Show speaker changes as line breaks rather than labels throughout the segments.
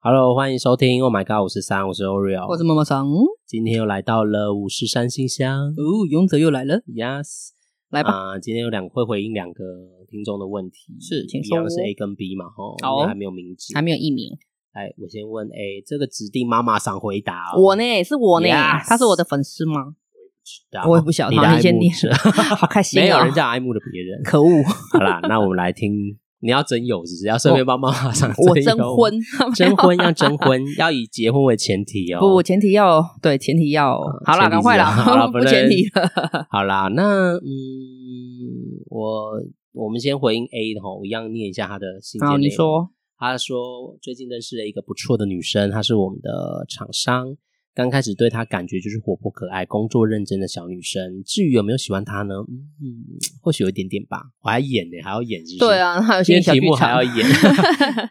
Hello，欢迎收听。Oh my god，我是三，我是 Oreo，
我是妈妈桑。哦，
今天又来到了五十三信箱。
勇者又来了，
Yes，
来吧。
啊、今天有两会回应两个听众的问题，
是请
一样
说
是 A 跟 B 嘛？哦，
好
因为还没有明指。
还没有一名，
来，我先问 A，这个指定妈妈想回答哦、
我呢是我呢
Yes，
他是我的粉丝吗？
知道
我也不晓得
你的
好
爱
你先
慕
念
者，
好开心
没有
啊
人家爱慕了别人。
可恶，
好啦，那我们来听，你要真有，只是要顺便帮妈妈想
我
真
征
有
婚，
征婚要征婚，要以结婚为前提哦。
不，我前提要对嗯前提要好啦，
前提
赶
是
快
要好 啦
啦，
不
不前提 了。
好啦，那嗯，我我们先回应 A 的哈，我一样念一下他的信件。
好，你，说
他说最近认识了一个不错的女生，她是我们的厂商。刚开始对她感觉就是活泼可爱、工作认真的小女生。至于有没有喜欢她呢？嗯，或许有一点点吧。我还演呢、还要演是不是？
对啊，还有
今
些
天
小
题
剧
目还
场
要， 演，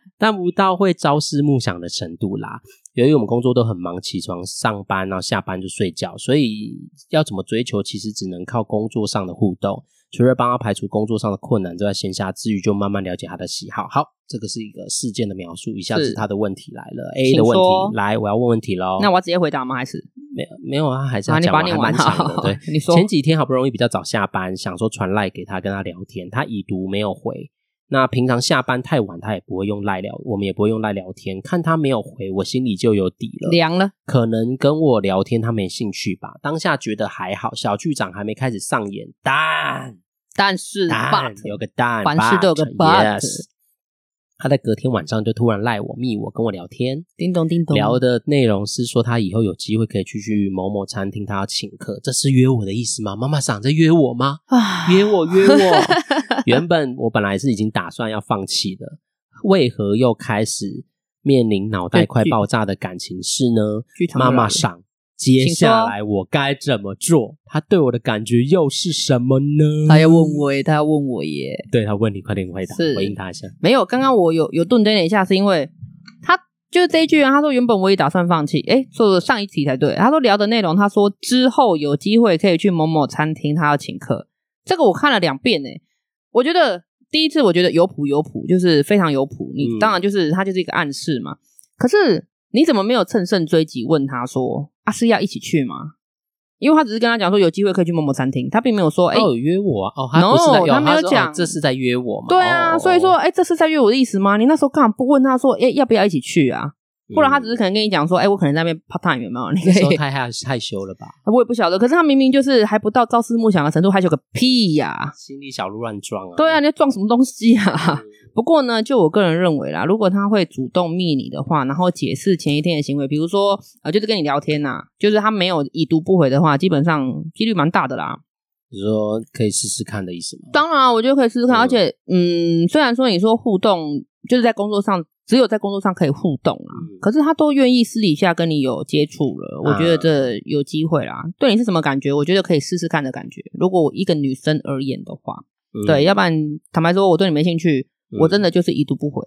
但不到会朝思暮想的程度啦。由于我们工作都很忙，起床上班，然后下班就睡觉，所以要怎么追求，其实只能靠工作上的互动。除了帮他排除工作上的困难之外，线下之余就慢慢了解他的喜好。好，这个是一个事件的描述，一下子
是
他的问题来了
请
，A 的问
说
题来，我要问问题喽。
那我要直接回答吗？还是
没没有啊，他还是要
啊你
讲
把
完，
它
还
念
蛮
完
长的。
好
对，
你说
前几天好不容易比较早下班，想说传赖给他跟他聊天，他已读没有回。那平常下班太晚，他也不会用赖聊，我们也不会用赖聊天。看他没有回，我心里就有底了。
凉了？
可能跟我聊天他没兴趣吧，当下觉得还好，小剧场还没开始上演，但
但是
蛋
but
有个蛋，
凡事都有个
but，
but
yes 他在隔天晚上就突然赖我、密我、跟我聊天，
叮咚叮咚
聊的内容是说他以后有机会可以去去某某餐厅，他要请客，这是约我的意思吗？妈妈想在约我吗？
啊
约我约 我！原本我本来是已经打算要放弃的，为何又开始面临脑袋快爆炸的感情事 呢？
剧场
妈妈
上
上，接下来我该怎么做？他对我的感觉又是什么呢？
他要问我耶，他要问我耶。
对他问你，快点回答，
是
回应他一下。
没有，刚刚我有有顿顿了一下，是因为他就是这一句啊，他说原本我也打算放弃，诶，说的上一题才对。他说聊的内容，他说之后有机会可以去某某餐厅，他要请客。这个我看了两遍诶，我觉得第一次我觉得有谱有谱，就是非常有谱。你、
嗯
当然就是他就是一个暗示嘛。可是你怎么没有乘胜追击问他说啊是要一起去吗？因为他只是跟他讲说有机会可以去某某餐厅，他并没有说哎、
他有约我啊？哦，他
No，
不是在，
他没有
说哦
讲
这是在约我嘛？
对啊，
哦
所以说，，哎、这是在约我的意思吗？你那时候干嘛不问他说，哎、要不要一起去啊？不然他只
是。
是可能跟你讲说，哎、我可能在那边 part time 有没 有？你
那时候
可以，
太害害羞了吧，
我也不晓得。可是他明明就是还不到朝思暮想的程度，还有个屁呀、
心里小鹿乱撞啊。
对啊，你在撞什么东西
嗯
啊？ 不过呢，就我个人认为啦，如果他会主动密你的话，然后解释前一天的行为，比如说呃，就是跟你聊天呐、就是他没有已读不回的话，基本上几率蛮大的啦。
你说可以试试看的意思吗？
当然啊，我觉得可以试试看。
嗯
而且，嗯，虽然说你说互动就是在工作上，只有在工作上可以互动啊，
嗯
可是他都愿意私底下跟你有接触了，我觉
啊
得这有机会啦。对你是什么感觉？我觉得可以试试看的感觉。如果我一个女生而言的话，
嗯
对，要不然坦白说，我对你没兴趣，
嗯
我真的就是已读不回，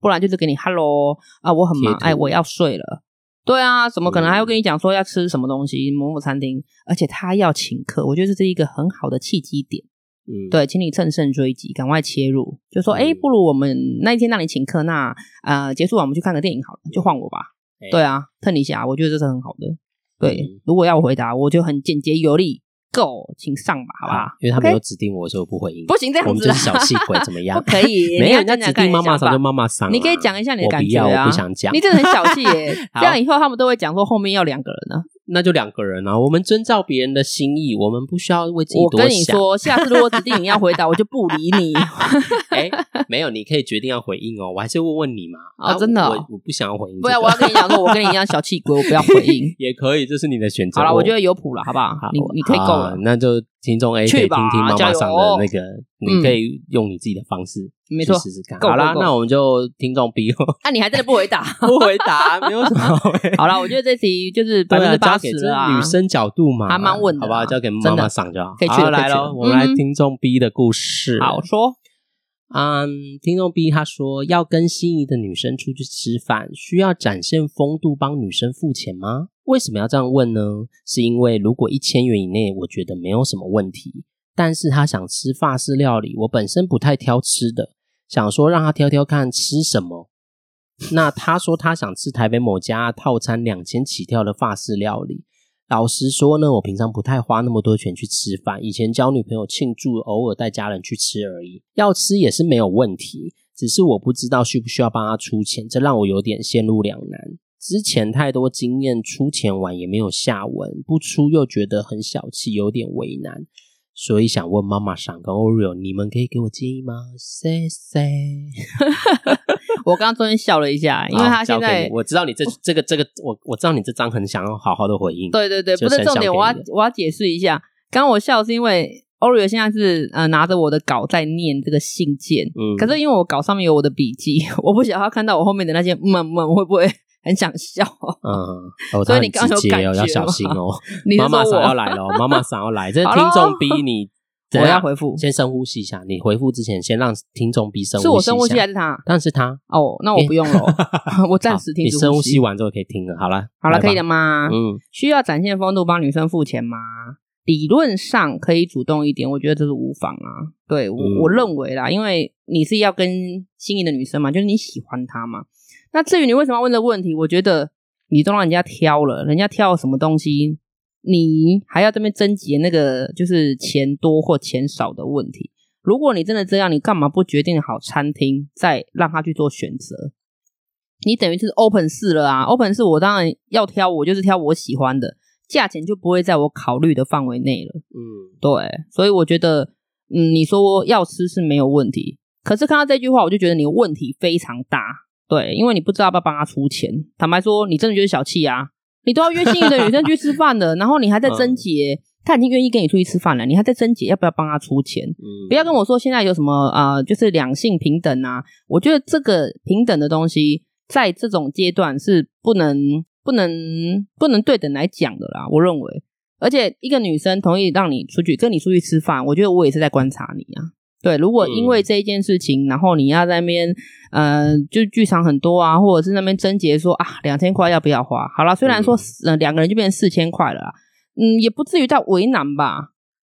不然就是给你 hello 啊，我很忙
贴，图
哎，我要睡了。对啊，怎么可
嗯
能还会跟你讲说要吃什么东西，某某餐厅，而且他要请客，我觉得这是一个很好的契机点。
嗯，
对，请你乘胜追击，赶快切入，就说，哎、
嗯
不如我们那一天让你请客，那呃，结束完我们去看个电影好了，就换我吧。
哎
对啊，蹭你一下，我觉得这是很好的。对，
嗯
如果要我回答，我就很简洁有力，Go，请上吧，好吧？
因为他没有
OK？
指定我，所以我不回应。
不行这
我
样
们
子
就
啦，
是小 气鬼，怎么样
不？可以，
没有人家
你要真
指
的看
定
人
妈妈
想
桑
法
就妈妈桑啊，
你可以讲一下你的
我
感
不
觉
要，
啊
我不想讲
你。真的很小气耶、
好
这样以后他们都会讲说后面要两个人呢、
那就两个人啊，我们遵照别人的心意，我们不需要为自己
我
多
跟你
想。
说，下次如果指定你要回答，我就不理 你。
哎，没有，你可以决定要回应哦，我还是问问你嘛。
哦
啊
真的哦
我我不想要回应这个。
不要，我要跟你讲说，我跟你一样小气鬼，我不要回应。
也可以，这是你的选择。
好了，我觉得有谱了，好不好？
好，
你你可以够
啊
了，
那就听众 A 可以
去
听
吧
听妈妈上的那个，
油哦嗯
你可以用你自己的方式
没
去
错。
试试看。
够
好啦，
够够
那我们就听众 B 哦，
啊那、你还真 的不回答？
不回 答，没有什么好回答。
好了，我觉得这题就是百
对
分
啊
之八
交
十
给这
了啊。
女生角度嘛，
还蛮稳的
好
啊
不好？交给妈
真
妈
的
上就好。
可以去
好
了可以
来
去
喽
了，
我们来
嗯
听众 B 的故事。
好说，
嗯，听众 B 他说要跟心仪的女生出去吃饭，需要展现风度帮女生付钱吗？为什么要这样问呢？是因为如果一千元以内，我觉得没有什么问题。但是他想吃法式料理，我本身不太挑吃的，想说让他挑挑看吃什么。那他说他想吃台北某家套餐两千起跳的法式料理。老实说呢，我平常不太花那么多钱去吃饭，以前交女朋友庆祝，偶尔带家人去吃而已。要吃也是没有问题，只是我不知道需不需要帮他出钱，这让我有点陷入两难。之前太多经验，出钱玩也没有下文，不出又觉得很小气，有点为难。所以想问妈妈赏跟 Oreo，你们可以给我建议吗？谢谢。
我刚刚中间笑了一下，因为他
好交
现
给
在
你我知道你这这个这个，我我知道你这张很想要好好的回应。
对对对，
就
不是
剩
重
下
点，
给
我要
你了
我要解释一下，刚刚我笑是因为 Oreo 现在是呃拿着我的稿在念这个信件，
嗯
可是因为我稿上面有我的笔记， 我不想要看到我后面的那些嗯嗯嗯，会不会很想笑？
嗯，哦，
呃所
他
以
很
你刚刚有
直接
感觉
哦，
吗
要小心哦。
你是
妈妈
说
想要
我？
来了，哦妈妈想要来，这是
好
听
咯
众逼你。
我
怎样
要回复，
先深呼吸一下。你回复之前，先让听众逼深
是我深呼
呼
吸
一下
还。是他？
但是他
哦，那我 不用了哦， 我暂时停
你
止
深
呼
呼
吸
吸。完之后可以听了。好了，
好了，
来吧
可以了。吗？
嗯，
需要展现风度帮女生付钱吗？理论上可以主动一点，我觉得这是无妨啊。对我、
嗯
我认为啦，因为你是要跟心仪的女生嘛，就是你喜欢她嘛。那至于你为什么要问这个问题，我觉得你都让人家挑了，人家挑了什么东西，你还要这边征集那个就是钱多或钱少的问题。如果你真的这样，你干嘛不决定好餐厅，再让他去做选择？你等于是 open 四了啊，open 四我当然要挑，我就是挑我喜欢的，价钱就不会在我考虑的范围内了。
嗯，
对，所以我觉得，嗯，你说要吃是没有问题，可是看到这句话，我就觉得你的问题非常大。对，因为你不知道要不要帮他出钱。坦白说，你真的就是小气啊！你都要约心仪的女生去吃饭了，然后你还在
嗯
贞洁，她已经愿意跟你出去吃饭了，你还在贞洁要不要帮她出钱？
嗯
不要跟我说现在有什么呃，就是两性平等啊。我觉得这个平等的东西，在这种阶段是不能、不能、不能对等来讲的啦。我认为，而且一个女生同意让你出去跟你出去吃饭，我觉得我也是在观察你啊。对，如果
嗯
因为这一件事情，然后你要在那边，呃，就剧场很多啊，或者是那边贞洁说啊，两千块要不要花？好啦，虽然
嗯
说、呃两个人就变四千块了啦，嗯，也不至于到为难吧。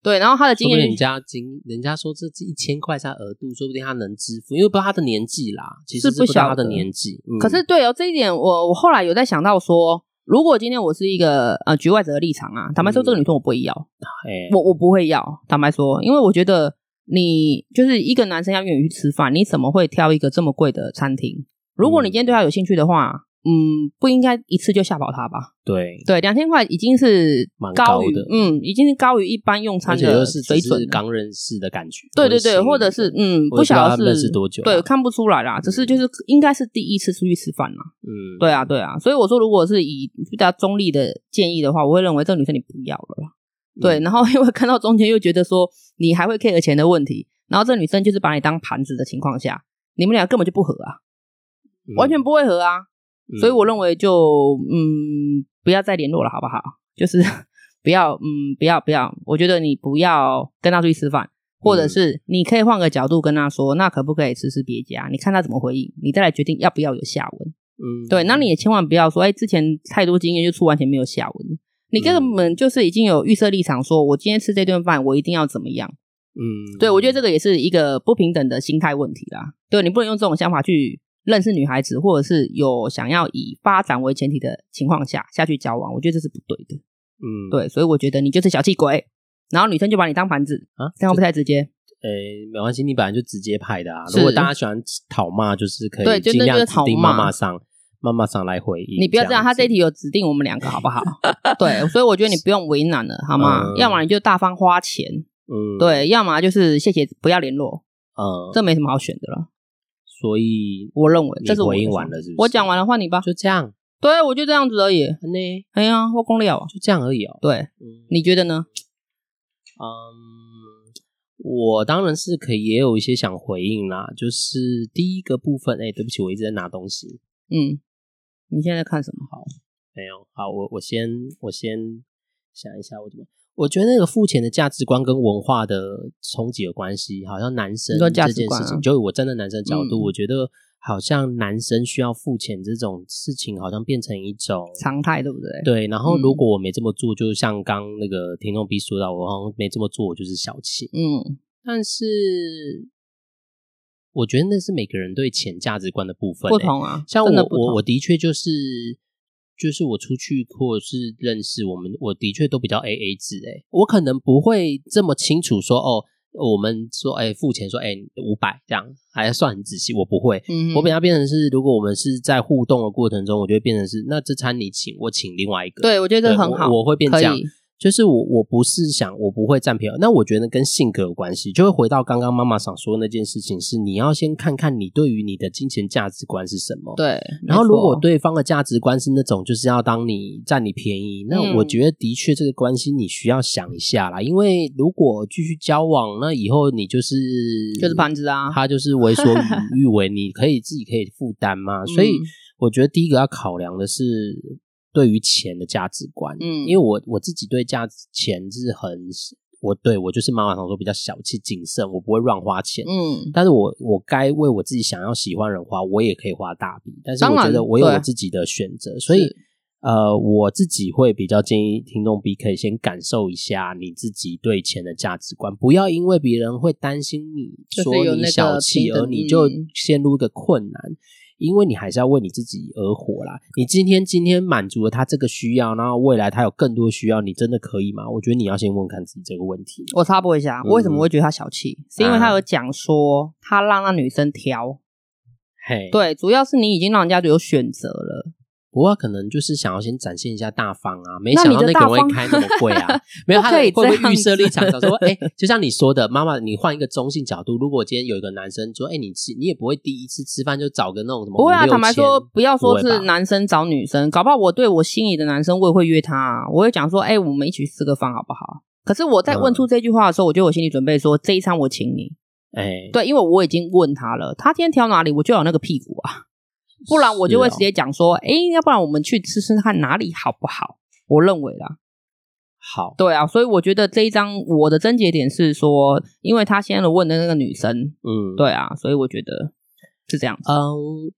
对，然后他的
说
经
不
验
定人家经人家说这一千块是他额度，说不定他能支付，因为不知道他的年纪啦，其实
是不
不知道他
晓
的
得
年纪。嗯
可是对哦，这一点我我后来有在想到说，如果今天我是一个呃局外者的立场啊，坦白说，
嗯
这个女生我不会要，
哎，
我我不会要，坦白说，因为我觉得你就是一个男生要愿意去吃饭，你怎么会挑一个这么贵的餐厅？如果
嗯
你今天对他有兴趣的话，嗯，不应该一次就吓跑他吧？
对，
对，两千块已经是
蛮高
高于
的
嗯，已经是高于一般用
而
餐
且又
的
是
水
只
准
是
了。
刚认识的感觉。
对对对，或者
新
是
的
嗯，
我也不知道
晓
他
得是
认识多久啊
对，看不出来啦。只是就是应该是第一次出去吃饭啦。
嗯，
对啊，对啊，所以我说，如果是以比较中立的建议的话，我会认为这个女生你不要了啦。对，
嗯
然后因 为看到中间又觉得说你还会 care 钱的问题，然后这女生就是把你当盘子的情况下，你们俩根本就不合啊，完全不会合啊。
嗯
所以我认为就嗯，不要再联络了，好不 好？就是不要嗯，不要不要，我觉得你不要跟他出去吃饭，或者
嗯
是你可以换个角度跟他说，那可不可以吃吃别家？你看他怎么回应，你再来决定要不要有下文。
嗯
对，那你也千万不要说，哎，之前太多经验就出完全没有下文，你根
嗯
本就是已经有预设立场说，我今天吃这顿饭，我一定要怎么样。
嗯，
对我觉得这个也是一个不平等的心态问题啦。对你不能用这种想法去认识女孩子，或者是有想要以发展为前提的情况下下去交往，我觉得这是不对的。
嗯
对，所以我觉得你就是小气鬼，然后女生就把你当盘子，
啊，
这样会不会太直接？
诶，哎没关系，你本来就直接派的啊。
是
如果大家喜欢讨骂，就是可
对
以
就
尽量
那就
指
是讨
定
骂
妈妈上，妈妈上来回应。
你不要
这
这样，他
子
这一题有指定我们两个，好不 好？对，所以我觉得你不用为难了，好吗？
嗯
要么你就大方花钱，
嗯，
对，要么就是谢谢，不要联络，
嗯，
这没什么好选的了。
所以
我认为
你
这是我的
回应
想
完
法
了是不是
我讲完了，换你吧。
就这样，
对，我就这样子而已。
呢，
哎呀，我公了啊。
就这样而已哦。
对，
嗯
你觉得呢？
嗯，我当然是可以，也有一些想回应啦。就是第一个部分，哎，对不起，我一直在拿东西。
嗯，你现在在看什么？好，
没有，好，我我先我先想一下，我怎么？我觉得那个父权的价值观跟文化的冲击有关系，好像男生
你说
这
价
件
值
事
观啊
情，就我站在男生角度，
嗯
我觉得好像男生需要付钱这种事情，好像变成一种
常态对不对？，
对。然后如
嗯
果我没这么做，就像刚那个听众 B 说到，我好像没这么做，我就是小气。
嗯
但是我觉得那是每个人对钱价值观的部分、欸。
不同啊，
像我
真的不
我
同
我的确就是就是我出去或者是认识我们，我的确都比较 A A 制诶、我可能不会这么清楚说哦，我们说哎、付钱说哎五百这样还算很仔细，我不会。
嗯
我比较变成是，如果我们是在互动的过程中，我就会变成是，那这餐你请，我请另外一个。
对我觉得
对，
这很好，
我，我会变
可
这样
以。
就是我我不是想我不会占便宜，那我觉得跟性格有关系，就会回到刚刚妈妈想说的那件事情是，你要先看看你对于你的金钱价值观是什么。。
对。
然后，
没
如果
错
对方的价值观是那种就是要当你占你便宜，那
嗯
我觉得的确这个关系你需要想一下啦，因为如果继续交往，那以后你就是
就是盘子啊，
他就是 为所欲欲为，你可以自己可以负担吗？所以
嗯
我觉得第一个要考量的是对于钱的价值观，
嗯
因为我我自己对价值钱是很，我对我就是妈妈常说比较小气谨慎，我不会乱花钱。
嗯，
但是我我该为我自己想要喜欢的人花，我也可以花大笔，但是
当
我觉
然
得我有
对
我自己的选择，所以呃，我自己会比较建议听众 B 可以先感受一下你自己对钱的价值观，不要因为别人会担心你
就是
说
有那
你
个
小气，
平等
而你就
嗯
陷入一个困难。因为你还是要为你自己而活啦。你今天今天满足了他这个需要，然后未来他有更多需要，你真的可以吗？我觉得你要先问看自己这个问题。
我插播一下，为什么
嗯啊
会觉得他小气？是因为他有讲说他让那女生挑，
嘿，
对，主要是你已经让人家有选择了，
不过可能就是想要先展现一下大方啊，没
那
想
你
到
的
那个
大
人
方
会开那么贵 啊，没有
不
他
可
会
以
不
这样
会预设立场，
子
想说，哎、就像你说的，妈妈，你换一个中性角度，如果今天有一个男生说，哎、你吃，你也不会第一次吃饭就找个那种什么
不会啊。
五六
坦白说，
千
不要说
不会
是
吧
男生找女生，搞不好我对我心仪的男生，我也会约他、啊，我会讲说，哎、我们一起吃个饭好不好？可是我在问
嗯
出这句话的时候，我就有心理准备说这一餐我请你。
哎、
对，因为我已经问他了，他今天挑哪里，我就有那个屁股啊，不然我就会
是哦
直接讲说，哎、要不然我们去吃吃看哪里好不好？我认为啦，
好，
对啊，所以我觉得这一张我的症结点是说，因为他先问的那个女生，
嗯，
对啊，所以我觉得是这样。
嗯，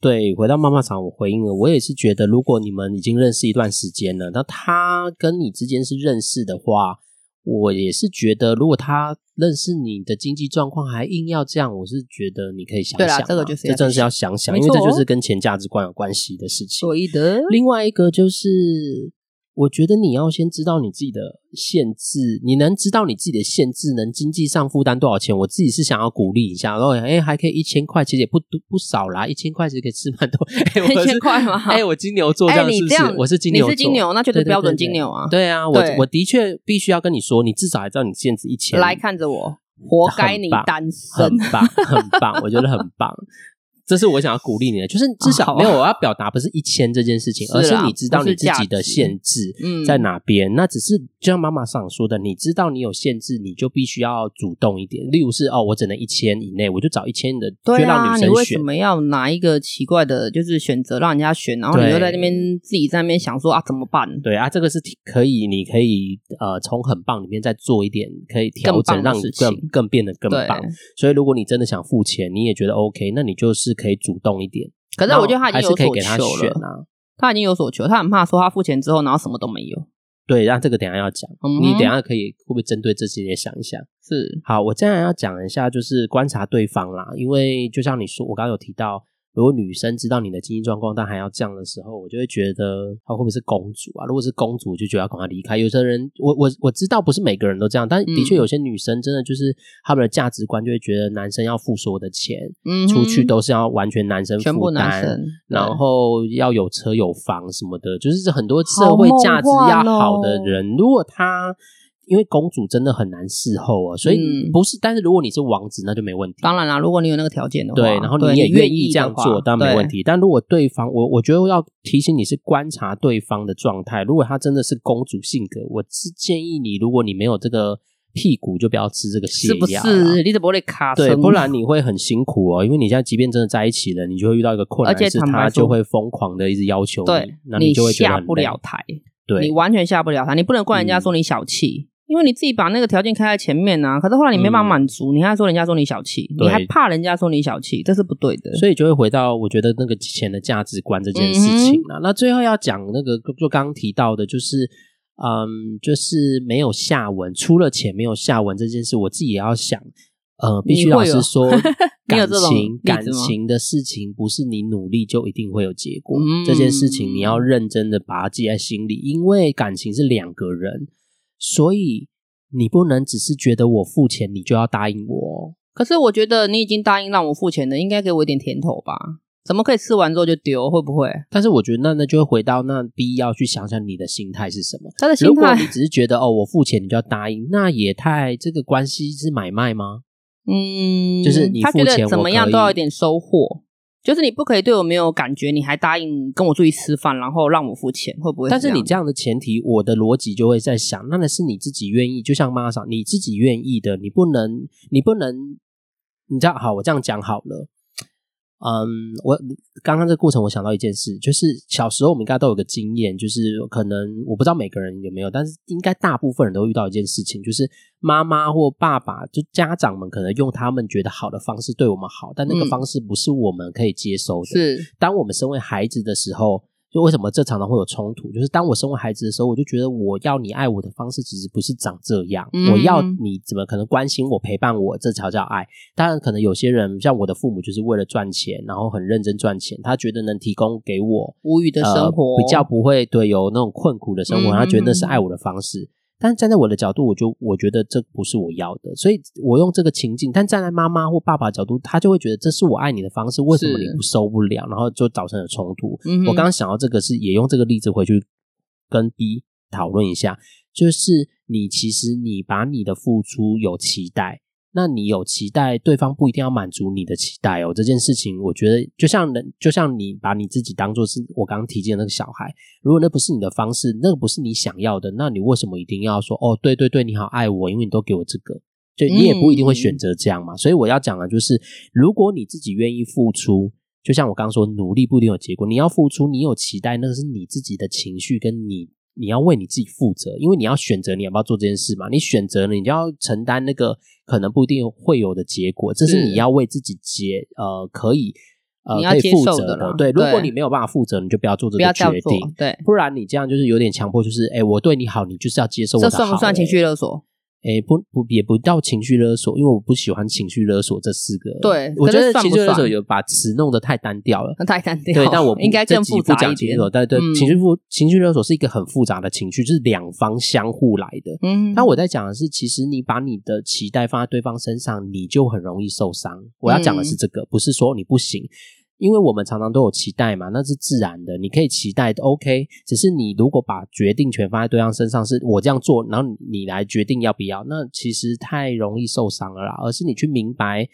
对，回到妈妈厂，我回应了，我也是觉得，如果你们已经认识一段时间了，那他跟你之间是认识的话，我也是觉得，如果他认识你的经济状况还硬要这样，我是觉得你可以想
对
想
啦
啊、
这个就是要
这真的是要想想，
没
因为这
错哦
就是跟钱价值观有关系的事情。
以的，
另外一个就是，我觉得你要先知道你自己的限制，你能知道你自己的限制，能经济上负担多少钱。我自己是想要鼓励一下，然后哎，还可以一千块，其实也不多不少啦，一千块其实可以吃蛮多。 哎，我
一千
是
块吗？
哎，我金牛座这
哎，
样
你
是不
这
是
样？
我是金
你
牛座，
是金牛，那就
对
是
对
标准
对
金
对
牛啊。
对啊，我
对
我的确必须要跟你说，你至少还知道你限制一千，
来看着我，活该你
很棒
单
很
身。
棒，很棒，我觉得很棒。这是我想要鼓励你的，就是至
好
少
啊
没有我要表达不是一千这件事情，
是啦
而是你知道
不是
你自己
价
的
值
限制
嗯
在哪边。那只是就像妈妈上说的，你知道你有限制，你就必须要主动一点。例如是哦，我只能一千以内，我就找一千的，就
对
让
啊，
女
你
生
为
选
什。么要拿一个奇怪的，就是选择让人家选，然后你
对
又在那边自己在那边想说啊怎么办？
对啊，这个是挺可以，你可以呃从很棒里面再做一点，可以调
更棒
整，
的
让你
事
更
情
更变得更
对
棒。所以如果你真的想付钱，你也觉得 OK，那你就是可以主动一点。
可是
然后
我觉得他已
还
经
是
有
可以
所
给他
求
选
了，
啊。
他已经有所求，他很怕说他付钱之后，然后什么都没有。
对，那这个等一下要讲，
嗯
你等一下可以会不会针对这些也想一想？
是，
好，我接下来要讲一下就是观察对方啦，因为就像你说，我刚刚有提到，如果女生知道你的经济状况，但还要这样的时候，我就会觉得她会不会是公主啊？如果是公主，我就觉得要赶快离开。有些人，我我我知道不是每个人都这样，但的确
嗯
有些女生真的就是她们的价值观就会觉得男生要付所有的钱，
嗯哼，
出去都是要完全男生
全部
负
男
担，
生，
然后要有车有房什么的，就是很多社
好
会
梦
价值要
幻
好的
哦
人，如果他因为公主真的很难侍候啊，所以
嗯
不是，但是如果你是王子，那就没问题。
当然啦，如果你有那个条件的话，
对，然后你也
哦愿
愿意这
的
样
话
做，当然没问。
对
题。但如果对方，我我觉得要提醒你是观察对方的状态。如果他真的是公主性格，我是建议你，如果你没有这个屁股，就不要吃这个泻
是不
药啦。
是？你怎么会卡
对，
成
不然你会很辛苦哦，因为你现在即便真的在一起了，你就会遇到一个困
而且
难，是
坦白
他
说
就会疯狂的一直要求
对
那你就会觉得
下
很
不
累
了。台，
对嗯
你，完全下不了台，你不能怪人家说你小气。因为你自己把那个条件开在前面啊，可是后来你没办法
嗯
满足，你还说人家说你小气，
对
你还怕人家说你小气，这是不对的。嗯
所以就会回到我觉得那个钱的价值观这件事情啊。那最后要讲那个，就刚刚提到的，就是嗯，就是没有下文，除了钱没有下文这件事，我自己也要想。呃，必须
你
老
会有，
实说
你有
感
这种
情
例
感
子吗
情的事情不是你努力就一定会有结果。
嗯
这件事情你要认真的把它记在心里，因为感情是两个人，所以你不能只是觉得我付钱你就要答应我哦。
可是我觉得你已经答应让我付钱了，应该给我一点甜头吧？怎么可以吃完之后就丢？会不会？
但是我觉得那那就会回到那必要去想想你的心态是什么。
他的心
如果你
态，
只是觉得哦，我付钱你就要答应，那也太这个关系是买卖吗？
嗯，
就是你付
他觉
钱
得
我
怎么
可
样
以
都要有点收获，就是你不可以对我没有感觉，你还答应跟我出去吃饭，然后让我付钱，会不会这
但
样？
是你这样的前提，我的逻辑就会在想，那那是你自己愿意，就像妈妈讲，你自己愿意的，你不能，你不能，你知道，好，我这样讲好了。嗯，我刚刚这个过程，我想到一件事，就是小时候我们应该都有个经验，就是可能我不知道每个人有没有，但是应该大部分人都遇到一件事情，就是妈妈或爸爸，就家长们可能用他们觉得好的方式对我们好，但那个
嗯
方式不是我们可以接收的。
是
当我们身为孩子的时候，就为什么这常常会有冲突？就是当我身为孩子的时候，我就觉得我要你爱我的方式其实不是长这样，
嗯
我要你怎么可能关心我、陪伴我，这才叫爱。当然，可能有些人像我的父母，就是为了赚钱，然后很认真赚钱，他觉得能提供给我
无语的生活，
呃、比较不会对有那种困苦的生活，
嗯
他觉得那是爱我的方式。但站在我的角度，我就我觉得这不是我要的，所以我用这个情境。但站在妈妈或爸爸角度，他就会觉得这是我爱你的方式，为什么
是
你不收不了？然后就造成了冲突。
嗯哼
我刚刚想到这个是也用这个例子回去跟 B 讨论一下，就是你其实你把你的付出有期待，那你有期待，对方不一定要满足你的期待哦。这件事情，我觉得就像人，就像你把你自己当做是我刚刚提及的那个小孩，如果那不是你的方式，那个不是你想要的，那你为什么一定要说哦，对对对，你好爱我，因为你都给我这个。就你也不一定
嗯
会选择这样嘛，所以我要讲的就是，如果你自己愿意付出，就像我刚刚说，努力不一定有结果。你要付出，你有期待，那个是你自己的情绪，跟你你要为你自己负责，因为你要选择你要不要做这件事嘛。你选择了，你就要承担那个可能不一定会有的结果，这是
是
你要为自己结呃可以呃
你要
可以
接
负
受
责
的啦
对，如果
对
你没有办法负责，你就不要做这
不要
个
这样
决
做
定。，
对，
不然你这样就是有点强迫，就是哎、我对你好，你就是要接受我
这
的
算不
好
算情
欸
绪勒索？
诶，不不，也不到情绪勒索，因为我不喜欢情绪勒索这四个。
对
我
可
觉
是
得
算
情
不
绪勒索
算
有把词弄得太单调了。
那太单调，
对，但我不
应该
这
更
集
复
不
杂
讲
一
清
点
楚。但对，
嗯
情绪复情绪勒索是一个很复杂的情绪，就是两方相互来的。
嗯，
但我在讲的是，其实你把你的期待放在对方身上，你就很容易受伤。我要讲的
嗯
是这个，不是说你不行，因为我们常常都有期待嘛，那是自然的，你可以期待的，OK。只是你如果把决定权放在对方身上，是我这样做，然后你来决定要不要，那其实太容易受伤了啦。而是你去明白。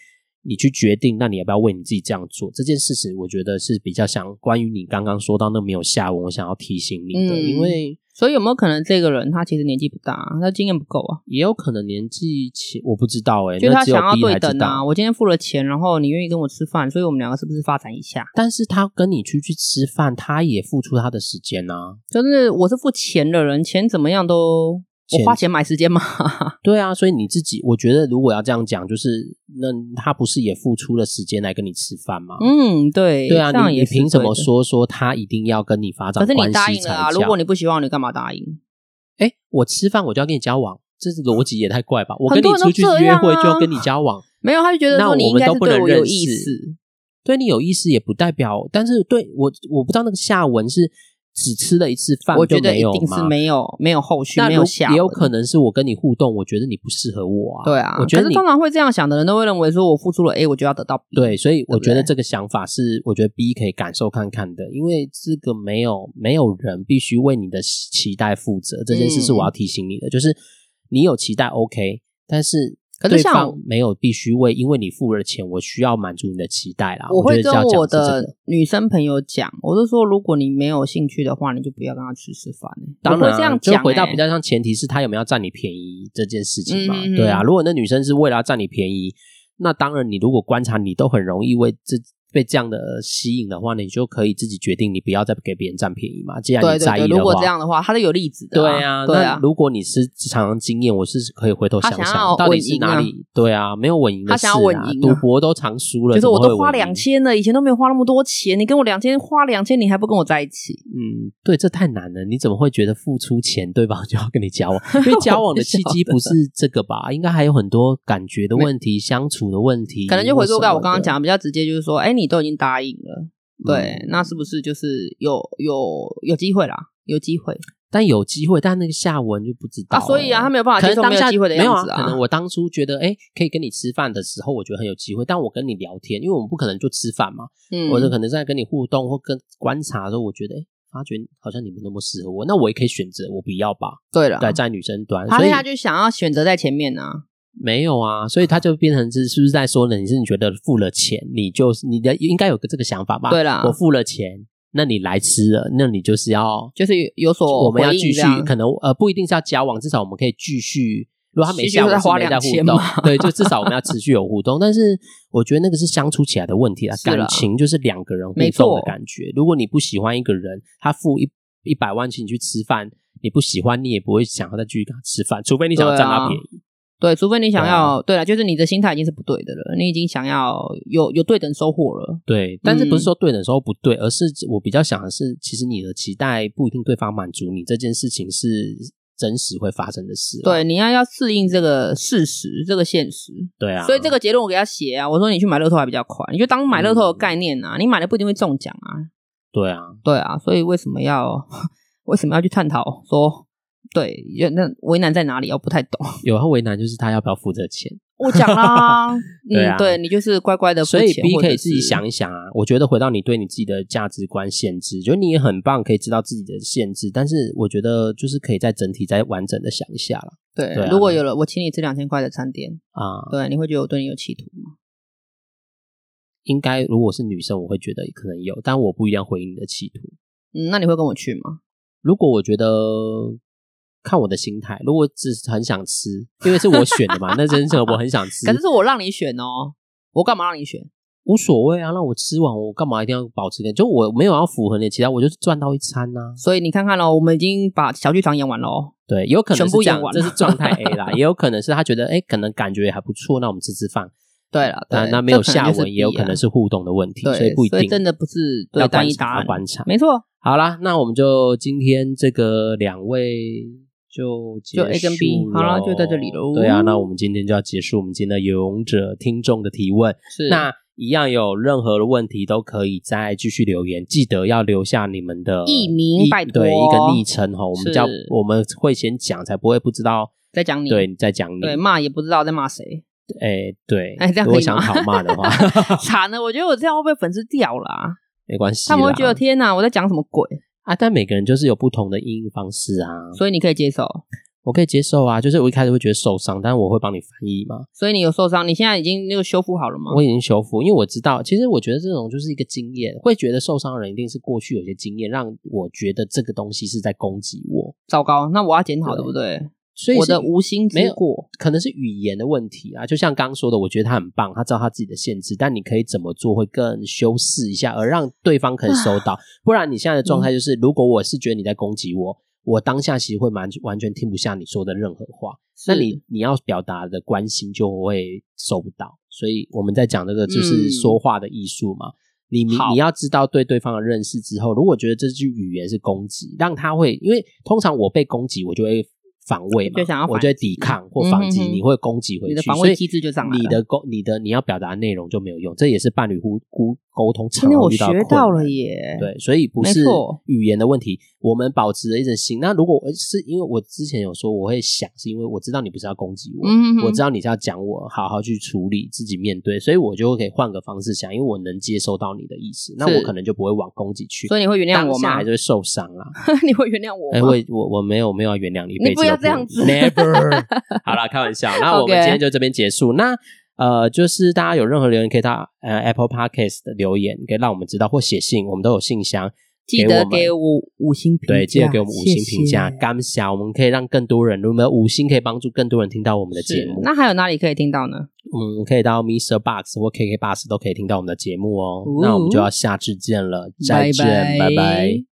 你去决定，那你要不要为你自己这样做这件事情？我觉得是比较想关于你刚刚说到那没有下文，我想要提醒你的，
嗯
因为
所以有没有可能这个人他其实年纪不大、他经验不够啊？
也有可能年纪轻，我不知道哎、欸，
就是
那
他
只有
想要
B
对
才知
等啊！
道。
我今天付了钱，然后你愿意跟我吃饭，所以我们两个是不是发展一下？
但是他跟你出去吃饭，他也付出他的时间啊，
就是我是付钱的人，钱怎么样都
钱
我花钱买 时间嘛。
对啊，所以你自己，我觉得如果要这样讲，就是那他不是也付出了时间来跟你吃饭吗？
嗯，对，
对啊，
这样
你
也
你
是
凭什么
对的？
说说他一定要跟你发展
可是
关
你
系
答应了啊！
才
如
叫
果你不喜欢，你干嘛答应？
哎，我吃饭我就要跟你交往，这是逻辑也太怪吧？我跟
很
你
多人
出
都
去
这
约
样
会就要
啊
跟你交往，
没有，他就觉得
那
说你
我
应
们
该
都
是
不
对
能
我有
认
意
识
思。，
对你有意思也不代表，但是对我我不知道那个下文是只吃了一次饭
我
就
觉得
没
一
有
定
吗
是没有没有后续，
那
没
如
下文，
也有可能是我跟你互动，我觉得你不适合我啊。
对啊。
我觉得
可是
你
通常会这样想的人都会认为说我付出了 A，我就要得到 B。
对，所以我
对不
觉得
对
这个想法是，我觉得 B 可以感受看看的，因为这个没有没有人必须为你的期待负责，这件事是我
嗯
要提醒你的，就是你有期待 OK，但是。
可是像
对方没有必须为，因为你付了钱，我需要满足你的期待啦。我
我会
觉
跟
得是要
我
讲是这个
的女生朋友讲，我就说，如果你没有兴趣的话，你就不要跟她去吃饭。
当
我会
然啊，
这样
就
讲、
回到比
欸
较像前提是他有没有占你便宜这件事情嘛？
嗯嗯嗯
对啊，如果那女生是为了要占你便宜，那当然你如果观察，你都很容易为这被这样的吸引的话，你就可以自己决定，你不要再给别人占便宜嘛。既然
对
你在
对
意的
对，
话，
如果这样的话，他都有例子的、
对
啊，
啊，
对
那如果你是职场经验，我是可以回头想
他想要
想，到底
稳
是
赢啊
哪里？对啊，没有稳赢的事
他想要稳
啊
赢啊
赌博都常输了，
就是我
怎么
都
会
花
稳赢
两，千了，以前都没有花那么多钱，你跟我两千花两千，你还不跟我在一起？
嗯，对，这太难了。你怎么会觉得付出钱对方就要跟你交往？因为交往的契机不是这个吧？应该还有很多感觉的问题、相处的问题，
可能就回归
或什
到
么
我刚
的
刚讲的比较直接，就是说，哎，你都已经答应了，对，
嗯
那是不是就是有有有机会啦？有机会
但有机会，但那个下文就不知道
啊，
了、
所以啊，他没有办法
可
接
能
受没
当
有
下
机会的
没有
样
啊，
子
可能我当初觉得哎、诶可以跟你吃饭的时候，我觉得很有机会。但我跟你聊天，因为我们不可能就吃饭嘛，
嗯，
我就可能在跟你互动或跟观察的时候，我觉得哎、诶发觉好像你不那么适合我，那我也可以选择我不要吧。
对啊了，
对，在女生端，
他
所以
他就想要选择在前面啊，
没有啊，所以他就变成是是不是在说呢？你是你觉得付了钱，你就是你的应该有个这个想法吧？
对啦
我付了钱，那你来吃了，那你就是要
就是有有所
我们要
回应
继续
这样，
可能呃不一定是要交往，至少我们可以继续。如果他没
继续
下午
再花
是没在互
2000
动
嘛，
对，就至少我们要持续有互动。但是我觉得那个是相处起来的问题啊，
是啦
感情就是两个人互
没
动
错
的感觉。如果你不喜欢一个人，他付一一百万请你去吃饭，你不喜欢，你也不会想要再继续跟他吃饭，除非你想要占他
对啊
便宜。
对，除非你
啊
想要，对了，就是你的心态已经是不对的了，你已经想要有有对等收获了，
对，但是
嗯
不是说对的时候不对，而是我比较想的是，其实你的期待不一定对方满足你，这件事情是真实会发生的事啊。
对，你要要适应这个事实，这个现实，
对啊，
所以这个结论我给他写啊，我说你去买乐透还比较快，你就当买乐透
嗯
的概念啊，你买了不一定会中奖啊，
对啊，
对啊，所以为什么要 为什么要去探讨说对，那为难在哪里？我不太懂。
有他为难就是他要不要付这个钱，
我讲啦，
对
嗯
啊，
对你就是乖乖的付
所
钱，
以 B
或
可
者
以自己
是
想一想啊。我觉得回到你对你自己的价值观限制，觉得你也很棒，可以知道自己的限制，但是我觉得就是可以在整体再完整的想一下啦。
对，
对啊
如果有了我请你吃两千块的餐点，
啊。
对，你会觉得我对你有企图吗？
应该如果是女生，我会觉得可能有，但我不一样回应你的企图。
嗯，那你会跟我去吗？
如果我觉得看我的心态，如果只是很想吃，因为是我选的嘛，那真是我很想吃
可，是是我让你选哦，我干嘛让你选？
无所谓啊。让我吃完，我干嘛一定要保持跟？就我没有要符合你的期待，我就是赚到一餐呐、
所以你看看咯，我们已经把小剧场演完喽。
对，有可能
全
是
部
这
演
样
完，
这是 状态 A 啦，也有可能是他觉得哎、诶可能感觉还不错，那我们吃吃饭。
对了，
那
对
那没有
这可能
下
就是
文，
B
也有可
啊
能是互动的问题，
对，
所以不一定。
真的不是对
要
单
观
一
察
答
要
案，
观察
没错，
好啦，那我们就今天这个两位就结
就 A 跟 B
束
好啦
咯
就在这里咯
对啊，那我们今天就要结束我们今天的勇者听众的提问。
是
那一样有任何的问题都可以再继续留言，记得要留下你们的
艺名
一
拜托
对一个昵称哈，我们叫
是
我们会先讲，才不会不知道
在讲你
对你在讲你
对骂也不知道在 骂谁，
哎，对，
哎这样
如
可
果
以
想
吗
讨骂的话，
惨了，我觉得我这样会被粉丝掉啦，
没关系啦，
他们会觉得天哪，我在讲什么鬼？
啊，但每个人就是有不同的应用方式啊，
所以你可以接受，
我可以接受啊，就是我一开始会觉得受伤，但我会帮你翻译嘛，
所以你有受伤，你现在已经那个修复好了吗？
我已经修复，因为我知道，其实我觉得这种就是一个经验，会觉得受伤的人一定是过去有些经验，让我觉得这个东西是在攻击我，
糟糕，那我要检讨，
对
对不对？
所以
我
是
的无心
没
之
有
过，
可能是语言的问题啊，就像刚刚说的，我觉得他很棒，他知道他自己的限制，但你可以怎么做会更修饰一下，而让对方可以收
啊
到。不然你现在的
嗯
状态就是，如果我是觉得你在攻击我，我当下其实会完完全听不下你说的任何话，那
是
你你要表达的关心就会收不到。所以我们在讲这个就是
嗯
说话的艺术嘛。你你
好
你要知道对对方的认识之后，如果觉得这句语言是攻击，让他会，因为通常我被攻击，我就会防卫嘛，
就想要
我就会
反击
抵抗或防击，
嗯哼哼
你会攻击回去，
你的防
所以
卫机制就上来了
你的沟你的你要表达的内容就没有用，这也是伴侣互沟沟通
今
常
天我
遇
学
到的
到
困
了
难
耶，
对，所以不是
没错
语言的问题，我们保持着一种心。那如果我是因为我之前有说我会想，是因为我知道你不是要攻击我，
嗯哼哼
我知道你是要讲我，好好去处理自己面对，所以我就可以换个方式想，因为我能接收到你的意思，那
是
我可能就不会往攻击去。
所以你会原谅
当
我
下
吗
还是？会受伤啊！
你会原谅我
哎、
吗？
我我我没有没有要原谅你，一辈子
不要
都
这样子
，never。好啦，开玩笑。那我们
OK
今天就这边结束。那呃，就是大家有任何留言，可以到呃 Apple Podcast 的留言，可以让我们知道，或写信，我们都有信箱。
记得
给
给我五星评价，
对，记得给我们五星评价，
谢谢
感谢，我们可以让更多人，如果我们有五星可以帮助更多人听到我们的节
是
目。
那还有哪里可以听到呢？
嗯，可以到 Mr. Box 或 KK Bus 都可以听到我们的节目哦。
哦
那我们就要下次见了，再
拜
见，拜拜
拜